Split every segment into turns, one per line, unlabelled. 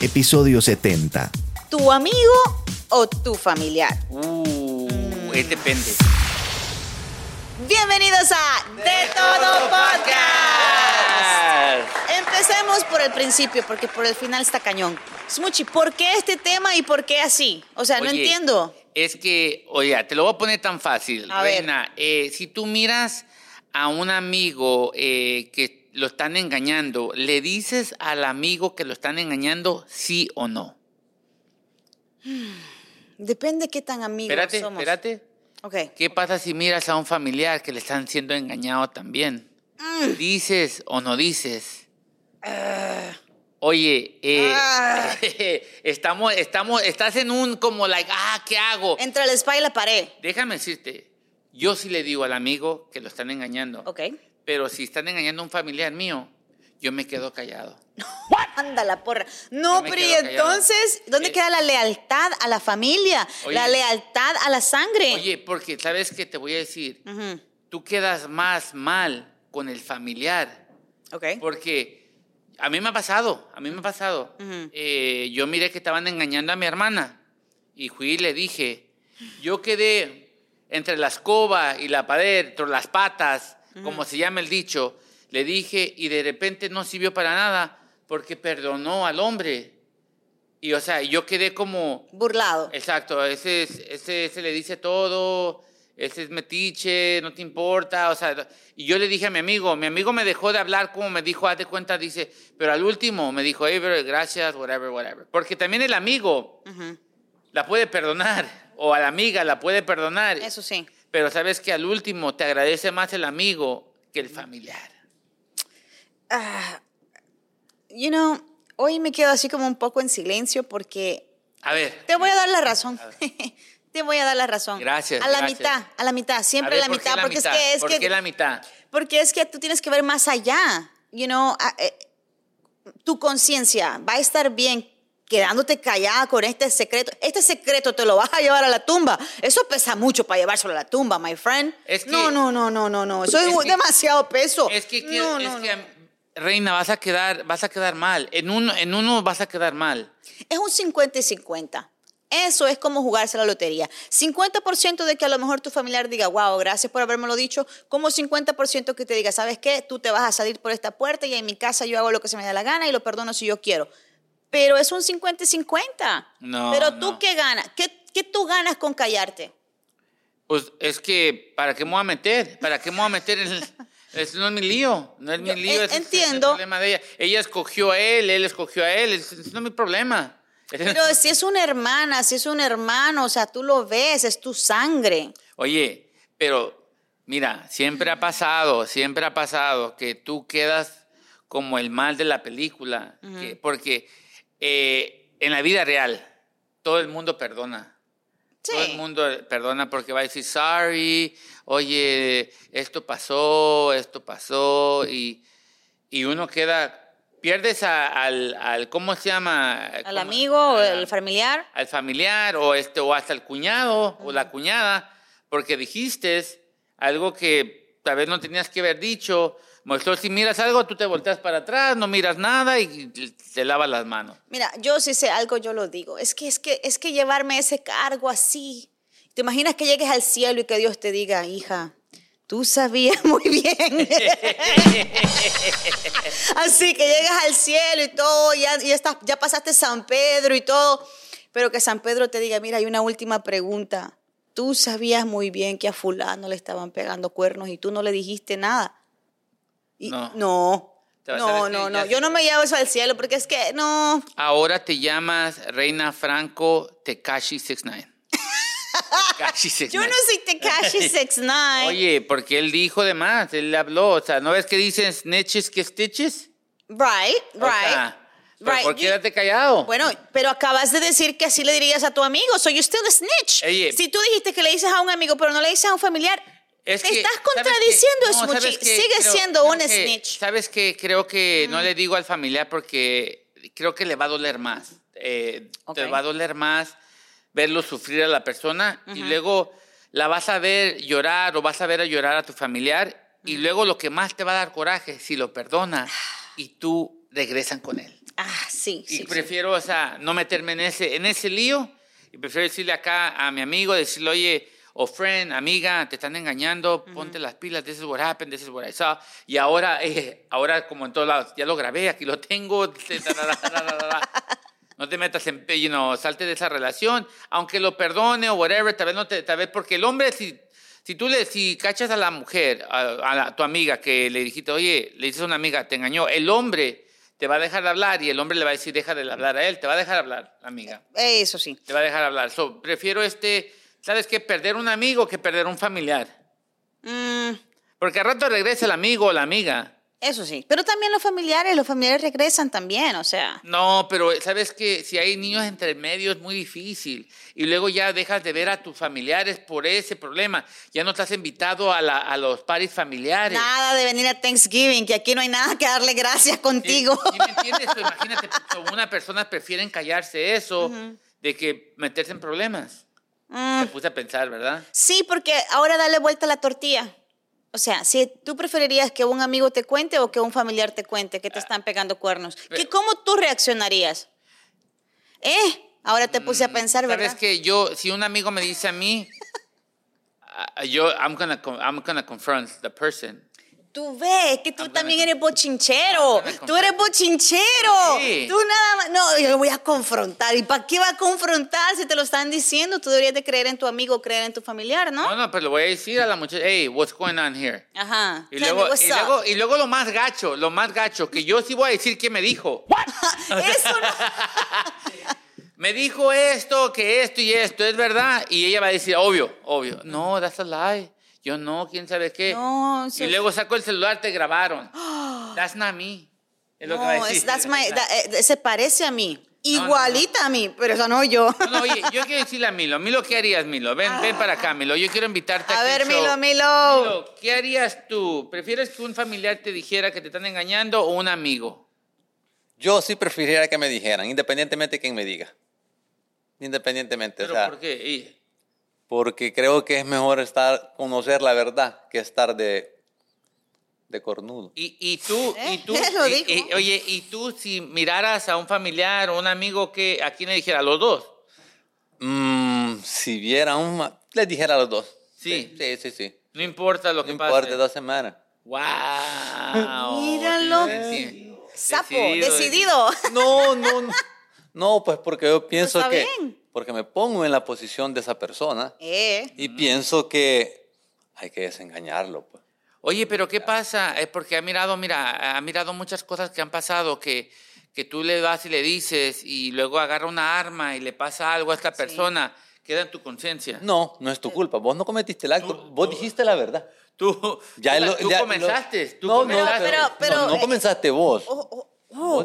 episodio 70.
¿Tu amigo o tu familiar?
Uh, eh, depende.
Bienvenidos a De Todo Podcast. Empecemos por el principio, porque por el final está cañón. Smuchi, ¿por qué este tema y por qué así? O sea, Ah, no
Oye,
entiendo.
Es que, oiga, te lo voy a poner tan fácil,
A ver.
Reina. Eh, si tú miras a un amigo eh, que lo están engañando, ¿le dices al amigo que lo están engañando sí o no?
Depende qué tan amigos
Espérate,
somos.
espérate.
Ok.
¿Qué pasa si miras a un familiar que le están siendo engañado también?
Mm.
¿Dices o no dices? Oye, eh,
Ah.
estamos, estamos, estás en un como like, ah, ¿qué hago?
Entre el spa y la pared.
Déjame decirte, yo sí le digo al amigo que lo están engañando,
Ok.
pero si están engañando a un familiar mío, yo me quedo callado.
Anda la porra. No,
Yo me
pero
quedo
y
callado.
entonces, ¿dónde
Eh.
queda la lealtad a la familia?
Oye.
La lealtad a la sangre.
Oye, porque sabes que te voy a decir,
Ujú.
tú quedas más mal con el familiar
Ok.
Porque a mí me ha pasado, a mí me ha pasado.
Ujú.
Eh, yo miré que estaban engañando a mi hermana y fui y le dije, yo quedé entre la escoba y la pared, entre las patas, como se llama el dicho, le dije y de repente no sirvió para nada porque perdonó al hombre. Y o sea, yo quedé como...
Burlado.
Eh, Exacto, ese, es- ese, ese le dice todo, ese es metiche, no te importa, o sea, y yo le dije a mi amigo, mi amigo me dejó de hablar como me dijo, haz de cuenta, dice, pero al último me dijo, hey, bro, gracias, whatever, whatever. Porque también el amigo
Ujú.
la puede perdonar, o a la amiga la puede perdonar,
Eso sí.
pero sabes que al último te agradece más el amigo que el familiar.
You know, hoy me quedo así como un poco en silencio porque
A ver,
te voy a dar la razón. te voy a dar la razón.
Gracias,
A la
gracias.
mitad, a la mitad, siempre
a ver,
a la
¿por qué
mitad, porque es que es
¿Por
que
qué la mitad?
porque es que tú tienes que ver más allá. You know, a- eh, tu conciencia va a estar bien quedándote callada con este secreto. Este secreto te lo vas a llevar a la tumba. Eso pesa mucho para llevárselo a la tumba, my friend.
Es que-
no, no, no, no, no, no. Eso es,
Es que-
demasiado peso.
Es que,
no,
quiero- es
no,
que,
no.
reina, vas a quedar, vas a quedar mal. En uno, en uno vas a quedar mal.
es un 50 y 50. Eso es como jugarse la lotería. 50% de que a lo mejor tu familiar diga, wow, gracias por habérmelo dicho, como 50% que te diga, ¿sabes qué? Tú te vas a salir por esta puerta y en mi casa yo hago lo que se me da la gana y lo perdono si yo quiero. Pero es un 50 y 50.
No,
Pero tú
no.
qué ganas? ¿Qué, ¿Qué tú ganas con callarte?
Pues es que, ¿para qué me voy a meter? ¿Para qué me voy a meter en el- Eso no es mi lío, no es mi
Yo
lío.
en-
ese es el-
entiendo.
el problema de ella. Ella escogió a él, él escogió a él, ese- ese no es mi problema. Ese no-
Pero si es una hermana, si es un hermano, o sea, tú lo ves, es tu sangre.
Oye, pero mira, siempre ha pasado, siempre ha pasado que tú quedas como el mal de la película, que- porque eh, en la vida real todo el mundo perdona.
Sí.
Todo el mundo eh, perdona porque va a decir, sorry, oye, esto pasó, esto pasó, y, y uno queda, pierdes a- al, al, ¿cómo se llama?
Al
¿Cómo?
amigo,
Al-
el familiar.
al familiar o, este, o hasta el cuñado o la cuñada, porque dijiste algo que tal vez no tenías que haber dicho. Moisés, si miras algo, tú te volteas para atrás, no miras nada y te lavas las manos.
Mira, yo si sé algo, yo lo digo. Es que, es que, es que llevarme ese cargo así. ¿Te imaginas que llegues al cielo y que Dios te diga, hija, tú sabías muy bien? así que llegas al cielo y todo, ya, ya, estás, ya pasaste San Pedro y todo, pero que San Pedro te diga, mira, hay una última pregunta. Tú sabías muy bien que a fulano le estaban pegando cuernos y tú no le dijiste nada. Y-
No.
No.
Te vas
No,
a decir,
no,
ya
no.
sé.
Yo no me llevo eso al cielo porque es que no.
Ahora te llamas Reina Franco Tekashi 69. Tekashi
Yo
69.
no soy Tekashi 69.
Oye, porque él dijo de más, él habló, o sea, ¿no ves que dicen snitches que stitches?
Right,
O
right.
sea, ¿pero
right.
¿Por qué
You-
quédate callado?
bueno, pero acabas de decir que así le dirías a tu amigo. So you still a snitch.
Oye.
si tú dijiste que le dices a un amigo, pero no le dices a un familiar,
Es
te
que,
estás
¿sabes qué?
contradiciendo,
No,
Smoochie.
¿sabes qué?
Sigue
Creo-
siendo
creo
un
que-
snitch. Mm.
¿Sabes qué? Creo que no le digo al familiar porque creo que le va a doler más. Eh, Te
Ok.
va a doler más verlo sufrir a la persona y luego la vas a ver llorar o vas a ver a llorar a tu familiar y luego lo que más te va a dar coraje es si lo perdona y tú regresan con él.
Ah, Sí,
y
sí,
prefiero, o sea, no meterme en ese, en ese lío. Y prefiero decirle acá a mi amigo, decirle, oye, o friend, amiga, te están engañando, ponte las pilas, this is what happened, this is what I saw. Y ahora, eh, ahora como en todos lados, ya lo grabé, aquí lo tengo. ta, ta, ta, ta, ta, ta, ta. No te metas en, you know, salte de esa relación, aunque lo perdone o whatever, tal vez no te, tal vez, porque el hombre, si, si tú le, si cachas a la mujer, a, a la- tu amiga que le dijiste, oye, le dices a una amiga, te engañó, el hombre te va a dejar de hablar y el hombre le va a decir, deja de hablar a él, te va a dejar hablar, amiga,
Eso sí.
te va a dejar hablar. So, prefiero este, ¿sabes qué? Perder un amigo que perder un familiar.
Mm,
Porque al rato regresa el amigo o la amiga.
eso sí. Pero también los familiares, los familiares regresan también, o sea.
No, pero eh, sabes que si hay niños entre medio es muy difícil. Y luego ya dejas de ver a tus familiares por ese problema. Ya no estás invitado a, la- a los pares familiares.
Nada de venir a Thanksgiving, que aquí no hay nada que darle gracias
¿Sí-
contigo.
sí me entiendes? So, imagínate, so, una persona prefieren callarse eso de que meterse en problemas.
Mm.
Me puse a pensar, ¿verdad?
Sí, porque ahora dale vuelta a la tortilla. O sea, si tú preferirías que un amigo te cuente o que un familiar te cuente que te están pegando cuernos, ¿qué,
Ah. pero-
¿cómo tú reaccionarías? ¿Eh? Ahora te puse a pensar,
Mm, Sabes
¿verdad?
que yo, si un amigo me dice a mí, ah, yo, I'm gonna, con- I'm gonna confront the person.
Tú ves que tú
Háblame
también
con-
eres bochinchero.
Háblame con-
Tú eres bochinchero.
Sí.
Tú nada más. No, yo lo voy a confrontar. ¿Y para qué va a confrontar si te lo están diciendo? Tú deberías de creer en tu amigo, creer en tu familiar, ¿no?
No, no, pero le voy a decir a la muchacha, hey, what's going on here?
Ajá.
Y
Tell me
luego,
what's
y,
up.
luego, y luego lo más gacho, lo más gacho, que yo sí voy a decir quién me dijo.
Eso no.
Me dijo esto, que esto y esto, ¿es verdad? Y ella va a decir, obvio, obvio. No, that's a lie. Yo no, quién sabe qué.
No, eso
y
es-
luego saco el celular, te grabaron. That's not me. Es lo que va a
No,
decir.
es- that's my- that- eh, se parece a mí.
no,
Igualita a mí, pero esa no yo.
No, no, oye, yo quiero decirle a Milo, Milo, ¿qué harías, Milo? Ven, ven para acá, Milo. Yo quiero invitarte
A
aquí al
ver,
show.
Milo, Milo.
Milo, ¿qué harías tú? ¿Prefieres que un familiar te dijera que te están engañando o un amigo?
Yo sí preferiría que me dijeran, independientemente de quién me diga. Independientemente,
Pero
o sea,
¿por qué? Y-
porque creo que es mejor estar conocer la verdad que estar de, de cornudo.
Y, y tú,
¿Eh?
y tú,
Lo
y-
dijo.
y- oye, y tú si miraras a un familiar o un amigo que a quién le dijera los dos.
Mm, si viera un... ma- Les dijera a los dos.
Sí.
Sí, sí, sí.
No importa lo
No
que
importa,
pase.
dos semanas.
Wow.
Míralo.
Deci-
Sapo,
decidido.
decidido.
No, no, no. No, pues porque yo pienso
está
que...
bien.
Porque me pongo en la posición de esa persona
Eh,
y pienso que hay que desengañarlo. Pues.
Oye, pero ¿qué pasa? Es porque ha mirado, mira, ha mirado muchas cosas que han pasado que que tú le vas y le dices y luego agarra una arma y le pasa algo a esta persona, queda en tu conciencia.
No, no es
Eh,
tu culpa. Vos no cometiste el acto. Vos dijiste la verdad.
Tú,
Ya
tú,
lo-
tú
ya lo-
comenzaste, tú
no, no,
comenzaste.
pero,
Pero- pero-
no, no
eh,
comenzaste vos.
oh, oh,
Vos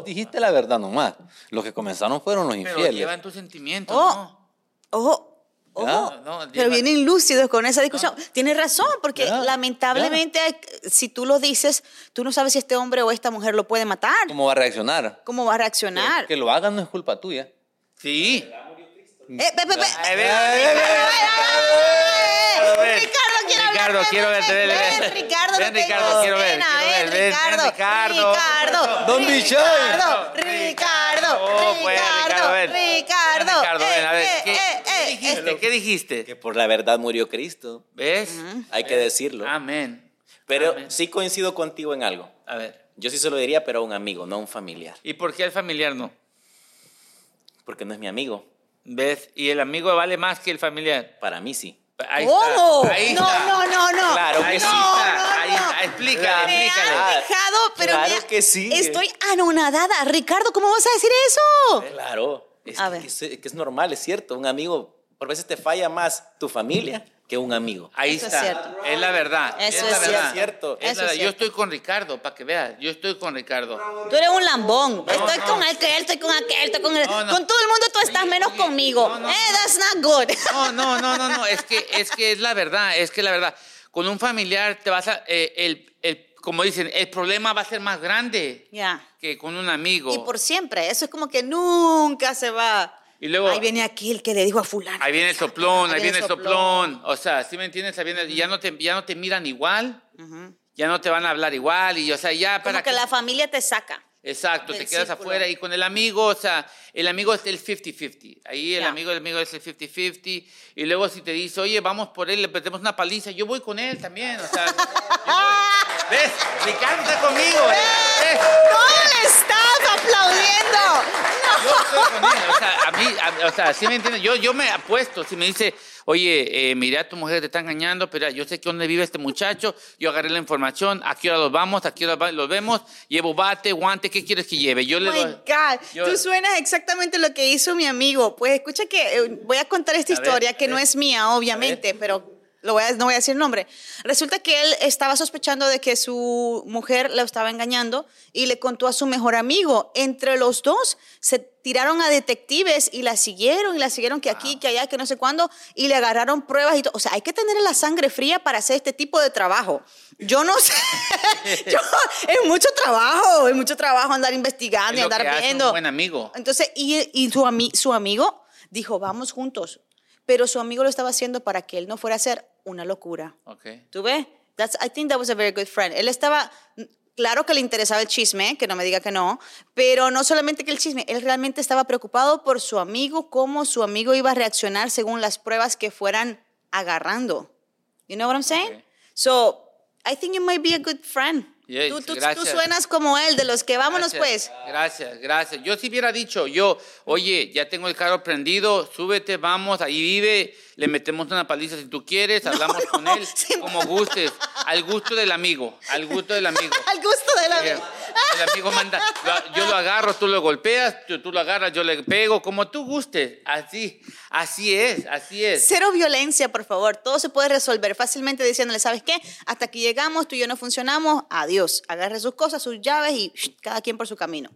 oh,
dijiste la verdad nomás. Los que comenzaron fueron los
Pero
infieles.
llevan tus sentimientos,
Oh.
¿no?
oh, oh.
¿Verdad?
Ah, No, no,
pero
lleva-
vienen lúcidos con esa discusión. Tienes razón, porque
¿Verdad?
lamentablemente hay- si tú lo dices, tú no sabes si este hombre o esta mujer lo puede matar. ¿Cómo,
¿Cómo va a reaccionar?
va a
Que-
reaccionar?
Que lo hagan no es culpa tuya.
Sí.
Eh, ve, ve, ve.
Ay, ve,
Ay,
ve,
ve, ve,
Ricardo,
ve, ve.
quiero hablar
Ricardo,
con
quiero
usted.
verte, ven, ven.
Ven, Ricardo,
Ven,
no
Ricardo,
tengo
quiero ver,
pena,
quiero
ven,
ver, ven,
Ricardo,
ven, Ricardo.
Ricardo,
Don Michel.
Ricardo,
Oh,
Ricardo,
bueno, Ricardo, ven.
Ricardo,
Ricardo, ven, a ver,
eh,
¿qué,
eh, eh,
qué
eh.
dijiste? ¿Qué dijiste?
que por la verdad murió Cristo.
¿Ves?
Hay que decirlo.
Amén.
Pero
Eh, amén.
sí coincido contigo en algo.
A ver.
Yo sí se lo diría, pero a un amigo, no a un familiar.
¿Y por qué el familiar no?
Porque no es mi amigo.
¿Ves? Y el amigo vale más que el familiar.
Para mí sí.
Ahí
¿Cómo?
está. Ahí
no,
está.
no, no, no.
Claro
Ahí
que sí.
No,
está.
no,
ahí
no.
está. Explícale,
Claro.
Me
explícale.
Ah,
han dejado, pero
claro
me-
que sí.
estoy anonadada. Ricardo, ¿cómo vas a decir eso?
Claro. Es
A
que,
ver.
que es, que es normal, es cierto. Un amigo, por veces te falla más tu familia que un amigo.
Ahí
Eso es
está.
cierto.
Es la verdad.
Eso
es, la
es
verdad.
cierto.
Es
Eso
la-
es
Yo
cierto.
estoy con Ricardo, para que veas. Yo estoy con Ricardo.
Tú eres un lambón. estoy
no.
con aquel, estoy con aquel, estoy con el-
No, no.
Con todo el mundo tú estás
Oye,
menos
oye,
conmigo.
no, no,
eh,
no.
that's not good.
No, no, no, no, no. Es que es que es la verdad, es que la verdad. Con un familiar te vas a eh, el, el- como dicen, el problema va a ser más grande
Ya.
que con un amigo.
Y por siempre. Eso es como que nunca se va.
Y luego-
Ahí viene aquí el que le dijo a fulano.
Ahí viene el soplón, ahí, viene el soplón. O sea, ¿sí me entiendes? Ahí viene- ya no te ya no te miran igual. Ya no te van a hablar igual y o sea, ya
Como
para
que
qué-
la familia te saca.
Exacto,
Del
te quedas
círculo.
afuera y con el amigo, o sea, el amigo es el 50-50. Ahí el
Ya.
amigo, el amigo es el 50-50. Y luego si te dice, oye, vamos por él, le metemos una paliza, yo voy con él también, o sea. yo voy. ¿Ves? Ricardo está conmigo. ¿eh? ¿Ves?
Todo el staff aplaudiendo.
Yo estoy con él, o sea, a mí, a- o sea, sí me entiendes, yo, yo me apuesto, si me dice, oye, eh, mira, tu mujer te está engañando, pero yo sé que dónde vive este muchacho, yo agarré la información, a qué hora los vamos, a qué hora va- los vemos, llevo bate, guante, ¿qué quieres que lleve? Yo le
Oh my
doy...
God,
yo-
tú suenas exactamente lo que hizo mi amigo. Pues escucha que eh, voy a contar esta
A ver,
historia
a
que no
ver.
es mía, obviamente, pero lo voy a- no voy a decir nombre. Resulta que él estaba sospechando de que su mujer lo estaba engañando y le contó a su mejor amigo. Entre los dos se tiraron a detectives y la siguieron y la siguieron que
Ah.
aquí, que allá, que no sé cuándo y le agarraron pruebas y todo. O sea, hay que tener la sangre fría para hacer este tipo de trabajo. Yo no sé. Yo- es mucho trabajo, es mucho trabajo andar investigando
Es
y
lo
andar
que hace un
viendo.
buen amigo.
Entonces, y, y su, ami- su amigo dijo, vamos juntos. Pero su amigo lo estaba haciendo para que él no fuera a hacer una locura.
Ok.
¿Tú ves? That's, I think that was a very good friend. Él estaba, mm, claro que le interesaba el chisme, que no me diga que no, pero no solamente que el chisme, él realmente estaba preocupado por su amigo, cómo su amigo iba a reaccionar según las pruebas que fueran agarrando. You know what I'm saying?
Ok.
So, I think you might be a good friend.
Yes,
tú, tú- tú
gracias.
suenas como él, de los que vámonos
Gracias,
pues.
Gracias, gracias. Yo si hubiera dicho, yo, oye, ya tengo el carro prendido, súbete, vamos, ahí vive, le metemos una paliza si tú quieres, hablamos con él,
sí.
como gustes, al gusto del amigo, al gusto del amigo.
Al gusto de la
Eh,
vida.
El amigo manda, lo- yo lo agarro, tú lo golpeas, tú, tú lo agarras, yo le pego, como tú gustes, así, así es, así es.
Cero violencia, por favor. Todo se puede resolver fácilmente diciéndole, ¿sabes qué? Hasta aquí llegamos, tú y yo no funcionamos, adiós. Agarre sus cosas, sus llaves y shh, cada quien por su camino.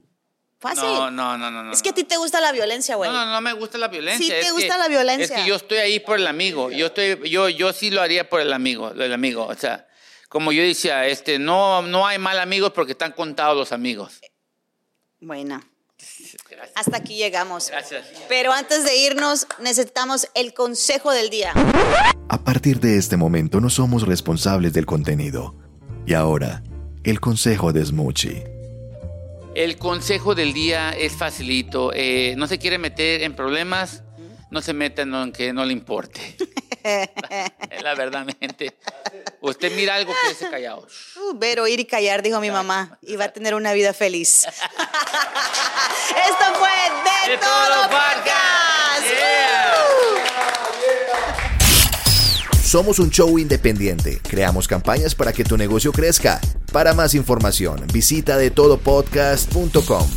Fácil.
No, no, no, no, no.
es que a
no.
ti te gusta la violencia, güey.
No, no, no me gusta la violencia.
Sí te
es que-
gusta la violencia.
Es que yo estoy ahí por el amigo. Yo estoy, yo, yo sí lo haría por el amigo, el amigo. O sea, como yo decía, este, no, no hay mal amigos porque están contados los amigos.
Buena.
Gracias.
Hasta aquí llegamos.
Gracias.
Pero antes de irnos, necesitamos el consejo del día.
A partir de este momento no somos responsables del contenido. Y ahora, el consejo de Smoochie.
El consejo del día es facilito. Eh, no se quiere meter en problemas, no se meta en lo que no le importe. la verdad, gente. Usted mira algo que dice callado.
Uh, ver, oír y callar, dijo mi mamá, y va a tener una vida feliz. Esto fue De,
De
Todo
Todo
Podcast.
Podcast. Yeah.
Uh.
Somos un show independiente. Creamos campañas para que tu negocio crezca. Para más información, visita de todopodcast.com.